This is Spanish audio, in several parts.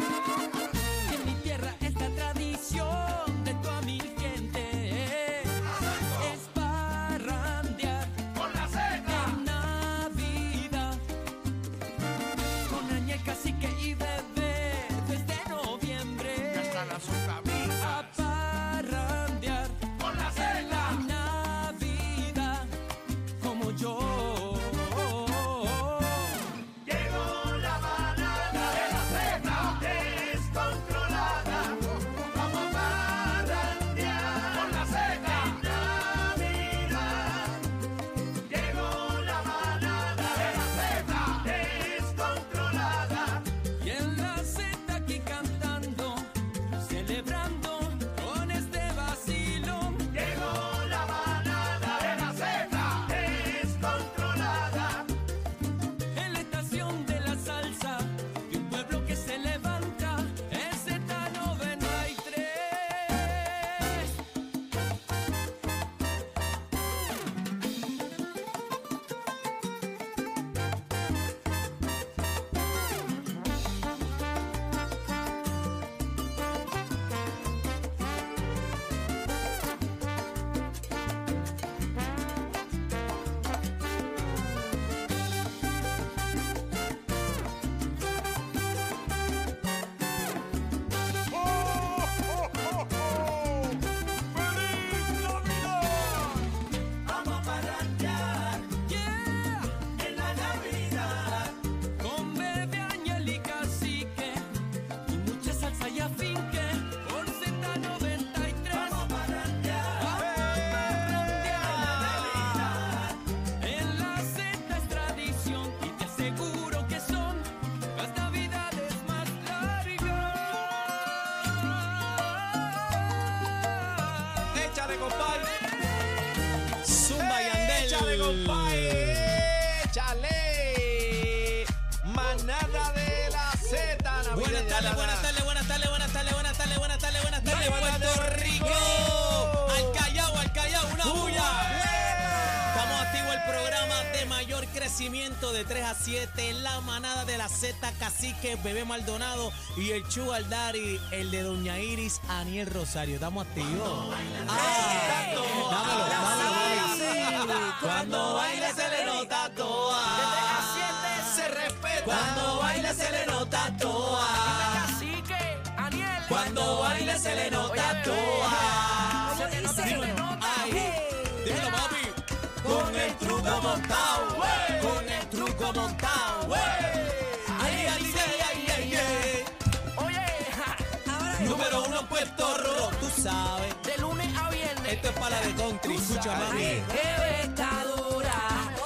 Que en mi tierra esta tradición de toda mi gente es parrandear con la Z, en Navidad. Con añeca, cacique y bebé desde noviembre que hasta las a octavitas, parrandear con la Z, en Navidad como yo. llegó la banana de la Z, descontrolada, vamos a parrandear, con la Z, en Navidad, llegó la banana de la Z, descontrolada, Y en la Z aquí cantando, celebrando con este vacilón. llegó la banana de la Z, descontrolada, En la estación de la salsa, de un pueblo que se levanta, es Z93. vamos a parrandear, Yeah, en la Navidad. con bebé añel y cacique, y mucha salsa y afinque, por Z93. Vamos a parrandear. En la Z es tradición y te aseguro que son las navidades más largas. Échale, compadre. Zumba y Yandel. Échale, compadre. Échale. Manada de la Z. Navidad. Buenas tardes, buenas tardes, buenas tardes, buenas tardes, buenas tardes, buenas tardes, buenas tardes, Puerto Rico. Al Oh. Callao, al Callao, una bulla. Estamos activos el programa de mayor crecimiento de 3 a 7, la manada de la Z, Cacique, Bebé Maldonado y el Chugaldari, el de Doña Iris, Aniel Rosario. Estamos activos. Ah, dámelo, dámelo, dámelo. Cuando baila se le nota toa. Se respeta. Cuando baila se le nota toa. Cuando baila Ah. se le nota toa. ¿Cómo dice? Dímelo, papi. Con el truco montado. Con el truco montado. Ay, ay, ay, ay, ay, ay. Ahora Número uno en Puerto Rico, tú sabes. De lunes a viernes. Esto Este es para la de country. Escucha, mami. Jeve está dura,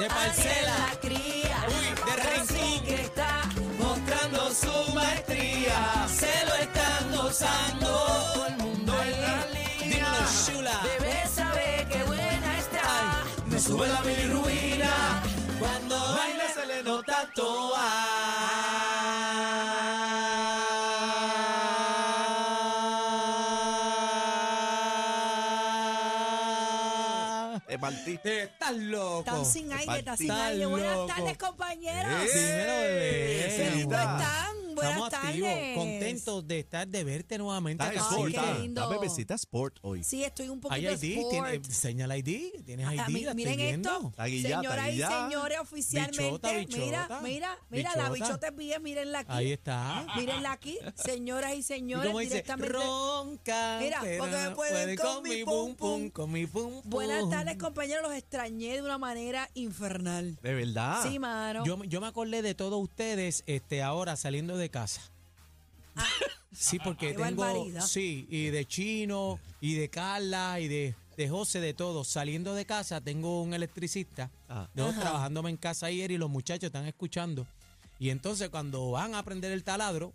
De parcela. Ariel la cría, Uy, de así rincón. que está Mostrando su maestría. Se lo están gozando. todo el mundo en la Dímelo, línea. Shula. Debe saber que buena está. Me sube la bilirrubina Cuando baila se le nota toa Te partiste. Estás loco Están sin aire, están sin Estás aire. Buenas loco. tardes, compañeros. Eh, Primero, bebé. Felicidad. mi amor. ¿Cómo están? Buenas Estamos tardes. activos, contentos de estar, de verte nuevamente Estás acá. Ay, sport. qué estás- lindo. estás bebecita sport hoy. Sí, estoy un Hay poquito ID, tiene- sport. señala ID, tienes Ah, mi- ID, la miren estoy viendo. esto, Está guillá, señoras está guillá. y señores, oficialmente, Bichota, bichota. mira, mira, mira, la Bichota. bichota es bien, mírenla aquí, Ahí está. mírenla aquí, señoras y Y señores, como dice, directamente. ronca. Mira, porque entera, me pueden con mi pum pum. con mi pum pum. Buenas tardes, compañeros, los extrañé de una manera infernal. De verdad. Sí, mano. Ah, Yo, yo me acordé de todos ustedes este, ahora saliendo de casa. sí, porque Qué tengo. barbaridad. Sí, y de Chino, y de Carla, y de, de José, de todos. Saliendo de casa, tengo un electricista. Ah. Nosotros Ajá. trabajándome en casa ayer y los muchachos están escuchando. Y entonces, cuando van a prender el taladro,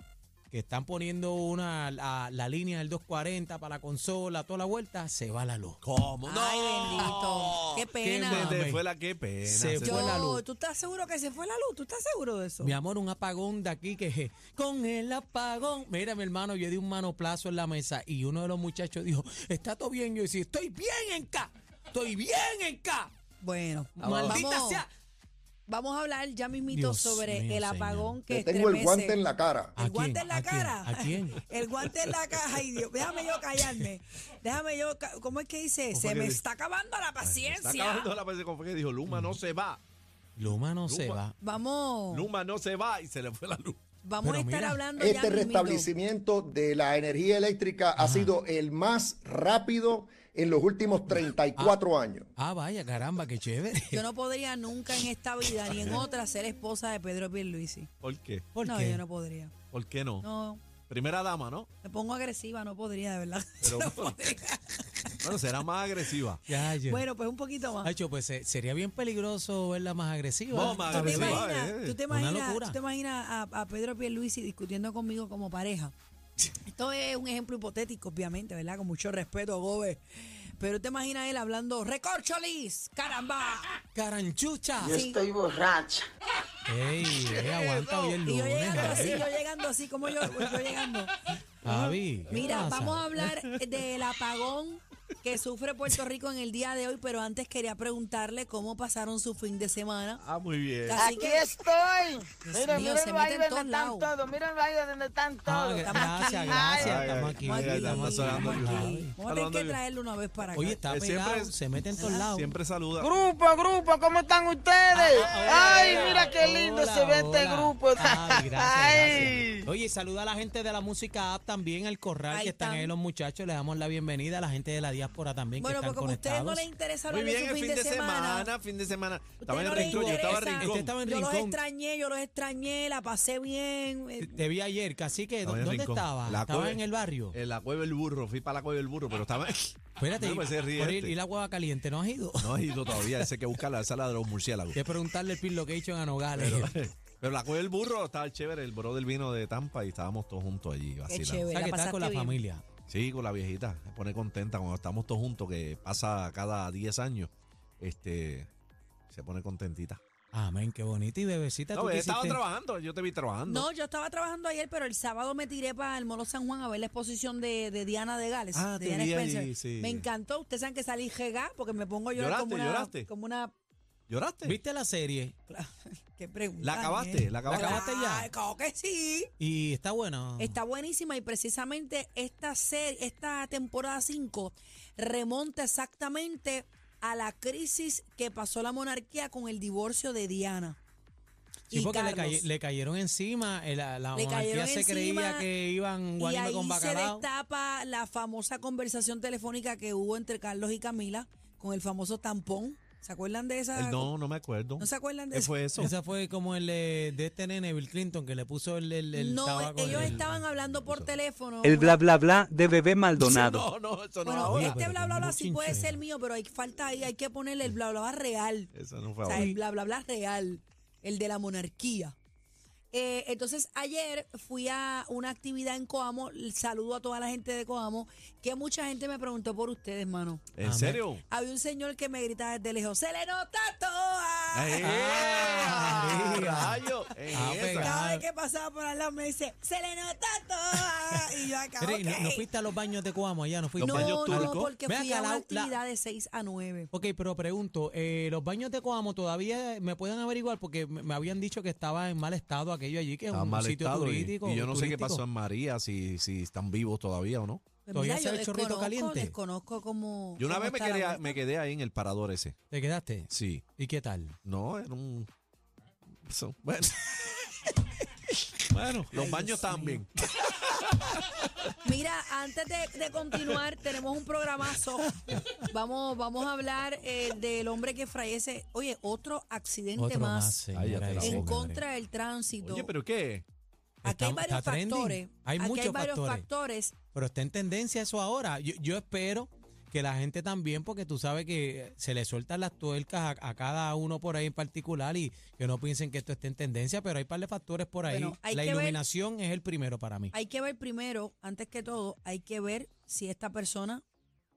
que están poniendo una la, la línea del 240 para la consola, toda la vuelta, se va la luz. ¿Cómo? Ay, bendito, qué pena. mal. Se te hombre. fue la que pena. Se te fue la luz. ¿Tú estás seguro que se fue la luz? ¿Tú estás seguro de eso? Mi amor, un apagón de aquí que je, con el apagón. Mira, mi hermano, yo di un manoplazo en la mesa y uno de los muchachos dijo, está todo bien. Yo decía, estoy bien en K, estoy bien en K. Bueno, Maldita Ah, vamos. sea. Vamos a hablar ya mismito Dios sobre mío, el señor. apagón que Te tengo el estremece. guante en la cara. ¿El guante en la ¿A quién? cara? ¿A quién? El guante en la cara. Ay, Dios, déjame yo callarme. Déjame yo. ca- ¿Cómo es que dice? Se que me dice? está acabando la Está paciencia. acabando la paz como fue que dijo, Luma no se va, Luma no se Luma. va. Vamos, Luma no se va y se le fue la luz. vamos a Pero estar mira, hablando ya Este mismito. restablecimiento de la energía eléctrica ha sido el más rápido en los últimos 34 años. Ah, vaya, caramba, qué chévere. Yo no podría nunca en esta vida ni en otra ser esposa de Pedro Pierluisi. ¿Por qué? ¿Por no, qué? yo no podría. ¿Por qué no? No, Primera dama, ¿no? me pongo agresiva, no podría, de verdad. Pero- No podría. Bueno, será más agresiva. Ya, ya. Bueno, pues un poquito más. Hacho, pues eh, sería bien peligroso verla más agresiva. Vamos, más ¿Tú te, agresiva, imaginas, eh. tú te Una imaginas, locura. tú te imaginas a, a Pedro Pierluisi discutiendo conmigo como pareja? Esto es un ejemplo hipotético, obviamente, ¿verdad? Con mucho respeto, Gobe. Pero te imaginas él hablando, recorcholis, caramba. ¡Caranchucha! Yo estoy borracha. ¡Ey, ey, aguanta bien Y yo lunes! llegando así, Javi. yo llegando así, como yo, yo llegando. Javi, ¿qué Mira, pasa? vamos a hablar del apagón que sufre Puerto Rico en el día de hoy, pero antes quería preguntarle cómo pasaron su fin de semana. Ah, muy bien. Así Aquí que- estoy. Dios Miren, mío, se mírenlo ahí meten todos donde están lados. todos. Mírenlo ahí donde están Ah, todos. gra- estamos aquí. gracias, gracias. Ay, estamos ay, aquí. mira, Vamos aquí, ya está vamos sonando aquí. el Javi. Vamos a tener Hablando que bien. traerlo una vez para acá. Oye, está Eh, pegado, siempre- se mete en todos lados. Siempre saluda. Grupo, grupo, ¿cómo están ustedes? Ah, Hola, Ay, mira qué lindo hola, se ve este hola. grupo. Ay. Ay, gracias, gracias. Oye, saluda a la gente de la música app también, el corral Ahí que están están. ahí los muchachos, les damos la bienvenida a la gente de la diáspora también Bueno, que pues están como a ustedes conectados. no les interesa Muy hablar bien, de el su fin de semana, semana fin de semana. Estaba en no el le rincón, yo estaba en interesa. rincón. Este estaba en yo los rincón. extrañé, yo los extrañé, la pasé bien. eh, Te vi ayer, cacique, Estaba ¿dó- en el ¿dónde rincón. estaba? La estaba cueva- en el barrio. En la cueva del burro, fui para la cueva del burro, pero estaba. Espérate, No, y, pues se ríe por este. ir- y la hueva caliente, ¿no has ido? No he ido todavía, ese que busca la sala de los murciélagos. Que preguntarle el pin location a Nogales. Pero, pero la cueva del burro estaba chévere, el bro del vino de Tampa y estábamos todos juntos allí vacilando. o chévere. la sea, que estás pasaste con la bien. familia. Sí, con la viejita, se pone contenta cuando estamos todos juntos, que pasa cada 10 años, este, se pone contentita. Amén, qué bonita y bebecita. No, ¿tú qué estaba hiciste? trabajando, yo te vi trabajando. No, yo estaba trabajando ayer, pero el sábado me tiré para el Molo San Juan a ver la exposición de, de Diana de Gales. Ah, de te Diana vi allí, Spencer. sí. Me encantó. Ustedes saben que salí jega porque me pongo a llorar ¿Lloraste, como una. lloraste? Como una ¿Lloraste? ¿Viste la serie? ¿Qué pregunta? ¿La acabaste? eh? ¿La acabaste? ¿La acabaste ya? Ay, claro que sí. Y está buena. Está buenísima y precisamente esta serie, esta temporada 5 remonta exactamente a la crisis que pasó la monarquía con el divorcio de Diana. Sí, y porque le, Carlos. caye- le cayeron encima, eh, la, la Le monarquía cayeron se creía encima que iban Y guarime ahí con se bacalao. destapa la famosa conversación telefónica que hubo entre Carlos y Camila con el famoso tampón. ¿Se acuerdan de esa? Eh, No, no me acuerdo. ¿No se acuerdan de ¿Qué eso? fue eso? Esa fue como el eh, de este nene Bill Clinton que le puso el, el, el no, tabaco en ellos el- estaban hablando por teléfono. El Bueno, bla bla bla de bebé Maldonado. No, no, eso no bueno, ahora. este pero bla bla tenemos bla un sí puede chinchero. ser mío, pero hay falta ahí, hay que ponerle el bla bla bla real. Eso no fue O sea, ahora. el bla bla bla real, el de la monarquía. Eh, entonces ayer fui a una actividad en Coamo, saludo a toda la gente de Coamo, que mucha gente me preguntó por ustedes, mano. ¿En Amén. serio? ¡Eh! Había un señor que me gritaba desde lejos, se le nota toa. ¡Eh! Ah, ¡Rayo! En Ah, esa. pegado. Cada vez que pasaba por al lado me dice, se le nota toa. Y yo acá, Mire, ¿y no- ok. ¿no, fuiste a los baños de Cuamo allá? ¿No fuiste? Los No, baños no, turcos. porque Ven fui acá, a una la- la- actividad de 6 a 9. Ok, pero pregunto, eh, ¿los baños de Coamo todavía me pueden averiguar? Porque me me habían dicho que estaba en mal estado aquello allí, que es Está un mal sitio estado. y- turístico. y yo no sé qué pasó en turístico. María, si, si están vivos todavía o no. Pues ¿Todavía se ve el chorrito caliente? desconozco cómo Yo una cómo vez me está la quedé, vuelta. me quedé ahí en el parador ese. ¿Te quedaste? Sí. ¿Y qué tal? No, era un. so- bueno. bueno, los baños también. Mira, antes de, de continuar, tenemos un programazo. Vamos, vamos a hablar eh, del hombre que fallece. Oye, otro accidente Otro más, más, señora, Cállate la y en señores. contra del tránsito. Oye, pero ¿qué? Aquí hay Está- varios está trending. factores. Hay Aquí hay muchos varios factores. factores. Pero está en tendencia eso ahora. Yo, yo espero que la gente también, porque tú sabes que se le sueltan las tuercas a, a cada uno por ahí en particular y que no piensen que esto esté en tendencia, pero hay par de factores por ahí. Bueno, hay la que ver- iluminación es el primero para mí. Hay que ver primero, antes que todo, hay que ver si esta persona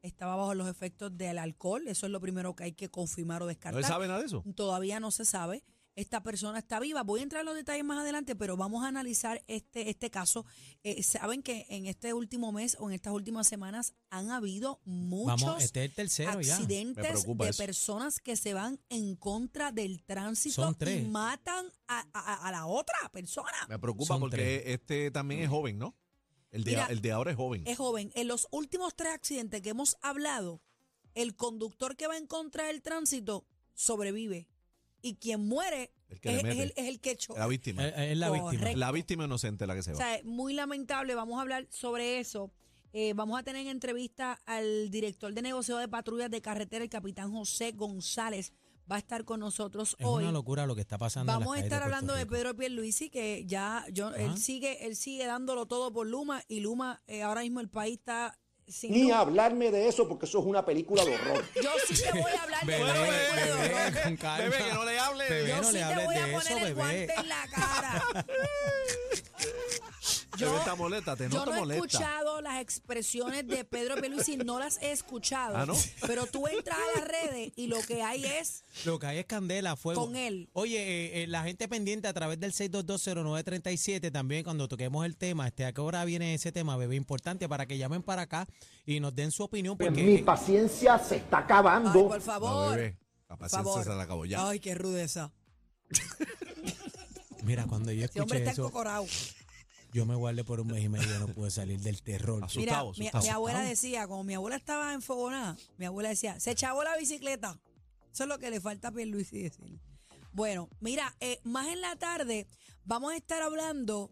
estaba bajo los efectos del alcohol. Eso es lo primero que hay que confirmar o ¿No descartar. se sabe nada de eso? Todavía no se sabe. esta persona está viva. Voy a entrar en los detalles más adelante, pero vamos a analizar este, este caso. Eh, Saben que en este último mes o en estas últimas semanas han habido muchos Vamos, este es el tercero ya. Me accidentes preocupa de eso. personas que se van en contra del tránsito Son y tres. matan a, a- a la otra persona. Me preocupa Son porque tres. este también es joven, ¿no? El de, Mira, el de ahora es joven. Es joven. En los últimos tres accidentes que hemos hablado, el conductor que va en contra del tránsito sobrevive. Y quien muere El que le es, es mete. Ah, el, es el que chocó. la víctima. Es, es la víctima. Correcto. la Eh, víctima inocente la que se O va. sea, es muy lamentable. Vamos a hablar sobre eso. Eh, vamos a tener en entrevista al director de negocio de patrullas de carretera, el capitán José González. Va a estar con nosotros Es hoy. una locura lo que está pasando. en las Vamos a calles estar de hablando de Puerto Rico. Pedro Pierluisi, que ya yo, él sigue él sigue dándolo todo por Luma y Luma eh, ahora mismo el país está sin Ni luz. hablarme de eso porque eso es una película de horror. Yo sí te voy a hablar de Bebé, una película de bebé, horror. con calma. Bebé, que no le hable. Bebé, Yo no sí le te hables voy a de poner eso, el guante bebé. en la cara. Te Yo- ves tan molesta, te Yo noto no he molesta. escuchado las expresiones de Pedro Pierluisi, no las he escuchado. Ah, ¿no? Pero tú entras a las redes y lo que hay es Lo que hay es candela, fuego. Con él. Oye, eh, eh, la gente pendiente a través del 6220937 también cuando toquemos el tema, este, ¿a qué hora viene ese tema, bebé? Importante para que llamen para acá y nos den su opinión. Porque, Mi paciencia se está Ay, acabando. por No, favor. bebé. La por paciencia favor. se la acabó ya. Ay, qué rudeza. mira, cuando yo Este hombre escuché está eso, encocorado. yo me guardé por un mes y medio, no pude salir del terror. Mira, Asustado, mi, asustado, mi abuela asustado. decía, como mi abuela estaba enfogonada, mi abuela decía, se chavó la bicicleta. Eso es lo que le falta a Pierluisi decir. Bueno, mira, eh, más en la tarde vamos a estar hablando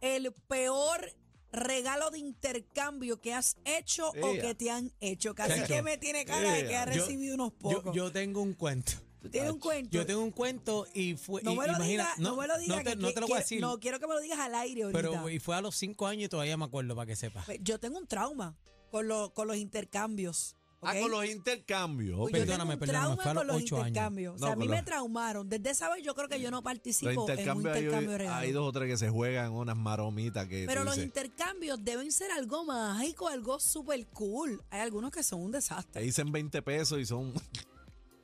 el peor regalo de intercambio que has hecho o Ea. que te han hecho. Casi Chacho. que me tiene cara de que Ea. ha Yo- recibido unos pocos. Yo, yo tengo un cuento. ¿Tú tienes un cuento? Yo tengo un cuento y fue. no y- me lo imagina- digas, no, me lo digas. No te, que- no te lo voy a quiero- decir. No, quiero que me lo digas al aire ahorita. pero y fue a los cinco años y todavía me acuerdo para que sepas. Pues, Yo tengo un trauma con, lo- con los intercambios. Ah, ¿ok? con los intercambios. Uy, ok. Pues yo Pues perdóname, tengo un perdóname, trauma fue a los con los ocho años. intercambios. O sea, No, a mí con me los- traumaron. Desde esa vez yo creo que yo no participo Los en un intercambios, hay- intercambio de hay, regalos. dos o tres que se juegan unas maromitas que tú Pero los dices, intercambios deben ser algo mágico, algo súper cool. Hay algunos que son un te desastre. dicen 20 pesos y son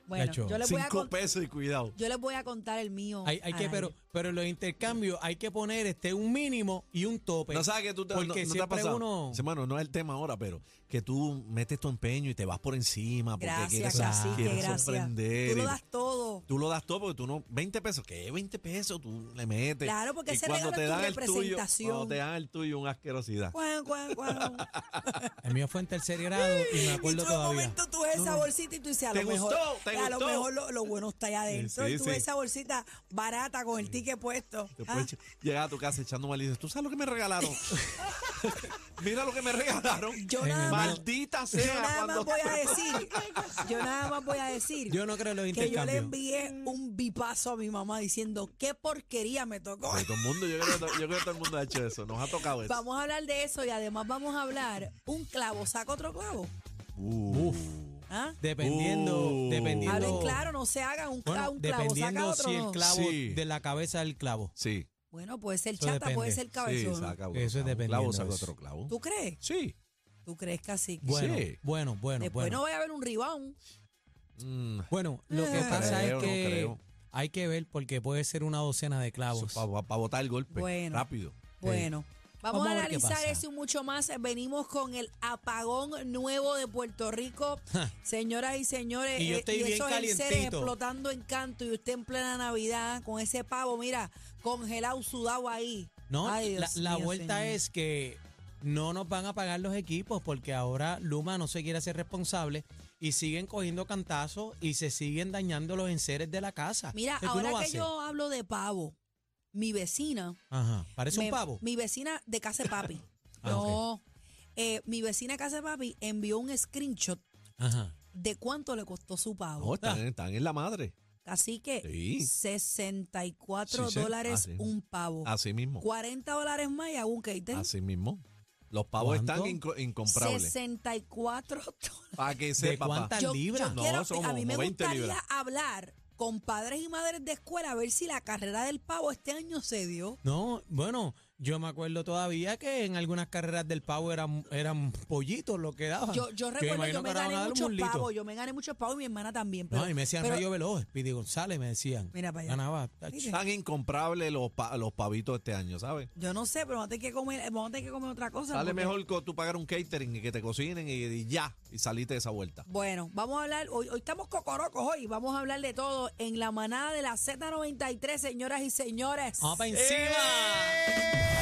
Bueno, Nacho, yo les, voy a 5 con- pesos y cuidado. yo les voy a contar el mío. Hay, hay al que, aire. pero, pero en los intercambios hay que poner este un mínimo y un tope. pues, No sabes que tú te, no- Porque no, te ha siempre pasado. uno. Sí, bueno, no es el tema ahora, pero que tú metes tu empeño y te vas por encima porque Gracias, quieres, cacique, quieres gracias. sorprender. eh. Tú lo y- das todo. tú lo das todo porque tú no 20 pesos, ¿qué? 20 pesos tú le metes. Claro, porque Y ese cuando regalo te es Pues, tu dan el tuyo, representación. cuando te dan el tuyo una asquerosidad. Cuán, cuán, cuán. El mío fue en tercer grado y me Y acuerdo tú en un todavía. momento tú ves esa bolsita y tú dices, a lo ¿Te mejor, gustó? ¿Te a lo gustó? mejor lo, lo bueno está allá adentro. Sí, y tú sí. ves esa bolsita barata con el ticket puesto. Después Ah. che- llegas a tu casa echando mal y dices, ¿tú sabes lo que me regalaron? Mira lo que me regalaron. Yo En nada el más, Maldita yo sea. nada más cuando- voy a decir, yo nada más voy a decir Yo no creo en los que yo le intercambios. envié un bipazo a mi mamá diciendo qué porquería me tocó. Pero todo el mundo, yo creo, que to- yo creo que todo el mundo ha hecho eso. Nos ha tocado pues. eso. Vamos a hablar de eso y además vamos a hablar un clavo saca otro clavo. Uh. ¿Ah? Dependiendo, Uh. dependiendo. Hablen claro, no se hagan un, Bueno, cla- un clavo saca dependiendo otro. si el no. clavo Sí. de la cabeza del clavo. Sí. Bueno, puede ser Eso chata, depende. puede ser Sí, cabezón. saca uno, Eso es clavo, un dependiendo clavo, de saca eso. otro clavo. ¿Tú crees? Sí. ¿Tú crees que así? Bueno, Sí. bueno, bueno, Después bueno. no vaya a haber un ribón. Mm, Bueno, lo que Eh. pasa Creo, es no que creo. hay que ver porque puede ser una docena de eso clavos. es para botar el golpe. Bueno. Rápido. Bueno, vamos, Vamos a a ver qué analizar pasa. eso y mucho más. Venimos con el apagón nuevo de Puerto Rico. Ja. Señoras y señores, Y yo eh, estoy bien esos enseres calientito. explotando en canto y usted en plena Navidad con ese pavo, mira, congelado, sudado ahí. No, Ay, la, Dios la mío, vuelta señor. es que no nos van a pagar los equipos porque ahora Luma no se quiere hacer responsable y siguen cogiendo cantazos y se siguen dañando los enseres de la casa. Mira, ¿Qué tú no ahora vas a que hacer? yo hablo de pavo, mi vecina Ajá, parece Me- un pavo. Mi vecina de Casa de Papi. Ah, no. eh, mi vecina de Casa de Papi envió un screenshot Ajá. de cuánto le costó su pavo. No, Oh, están, están en la madre. Así que Sí. 64 Sí, sí. dólares Ah, Así. un pavo. Así mismo. 40 dólares más y hago un catering. Así mismo. Los pavos ¿Cuánto? están inco- incomprables. 64 dólares. Para que ¿De sepa. papá. cuántas Yo, libras? yo No, quiero- son a mí como me 20 gustaría libras. hablar con padres y madres de escuela a ver si la carrera del pavo este año se dio. No, bueno, Yo me acuerdo todavía que en algunas carreras del pavo eran, eran pollitos lo que daban. Yo, yo Que recuerdo, imagino yo que me ahora van a gané dar un muchos muslito. pavos, yo me gané muchos pavos y mi hermana también. Pero, No, y me decían pero- Rayo Veloz, Pidi González me decían. Mira para allá. Ganaba. tacho. ¿Viste? Están incomprables los, pa- los pavitos este año, ¿sabes? Yo no sé, pero vamos a tener que comer, vamos a tener que comer otra cosa. Sale porque- mejor que tú pagar un catering y que te cocinen y, y ya, y saliste de esa vuelta. Bueno, vamos a hablar, hoy, hoy estamos cocorocos hoy, vamos a hablar de todo en la manada de la Z93, señoras y señores. Vamos para encima.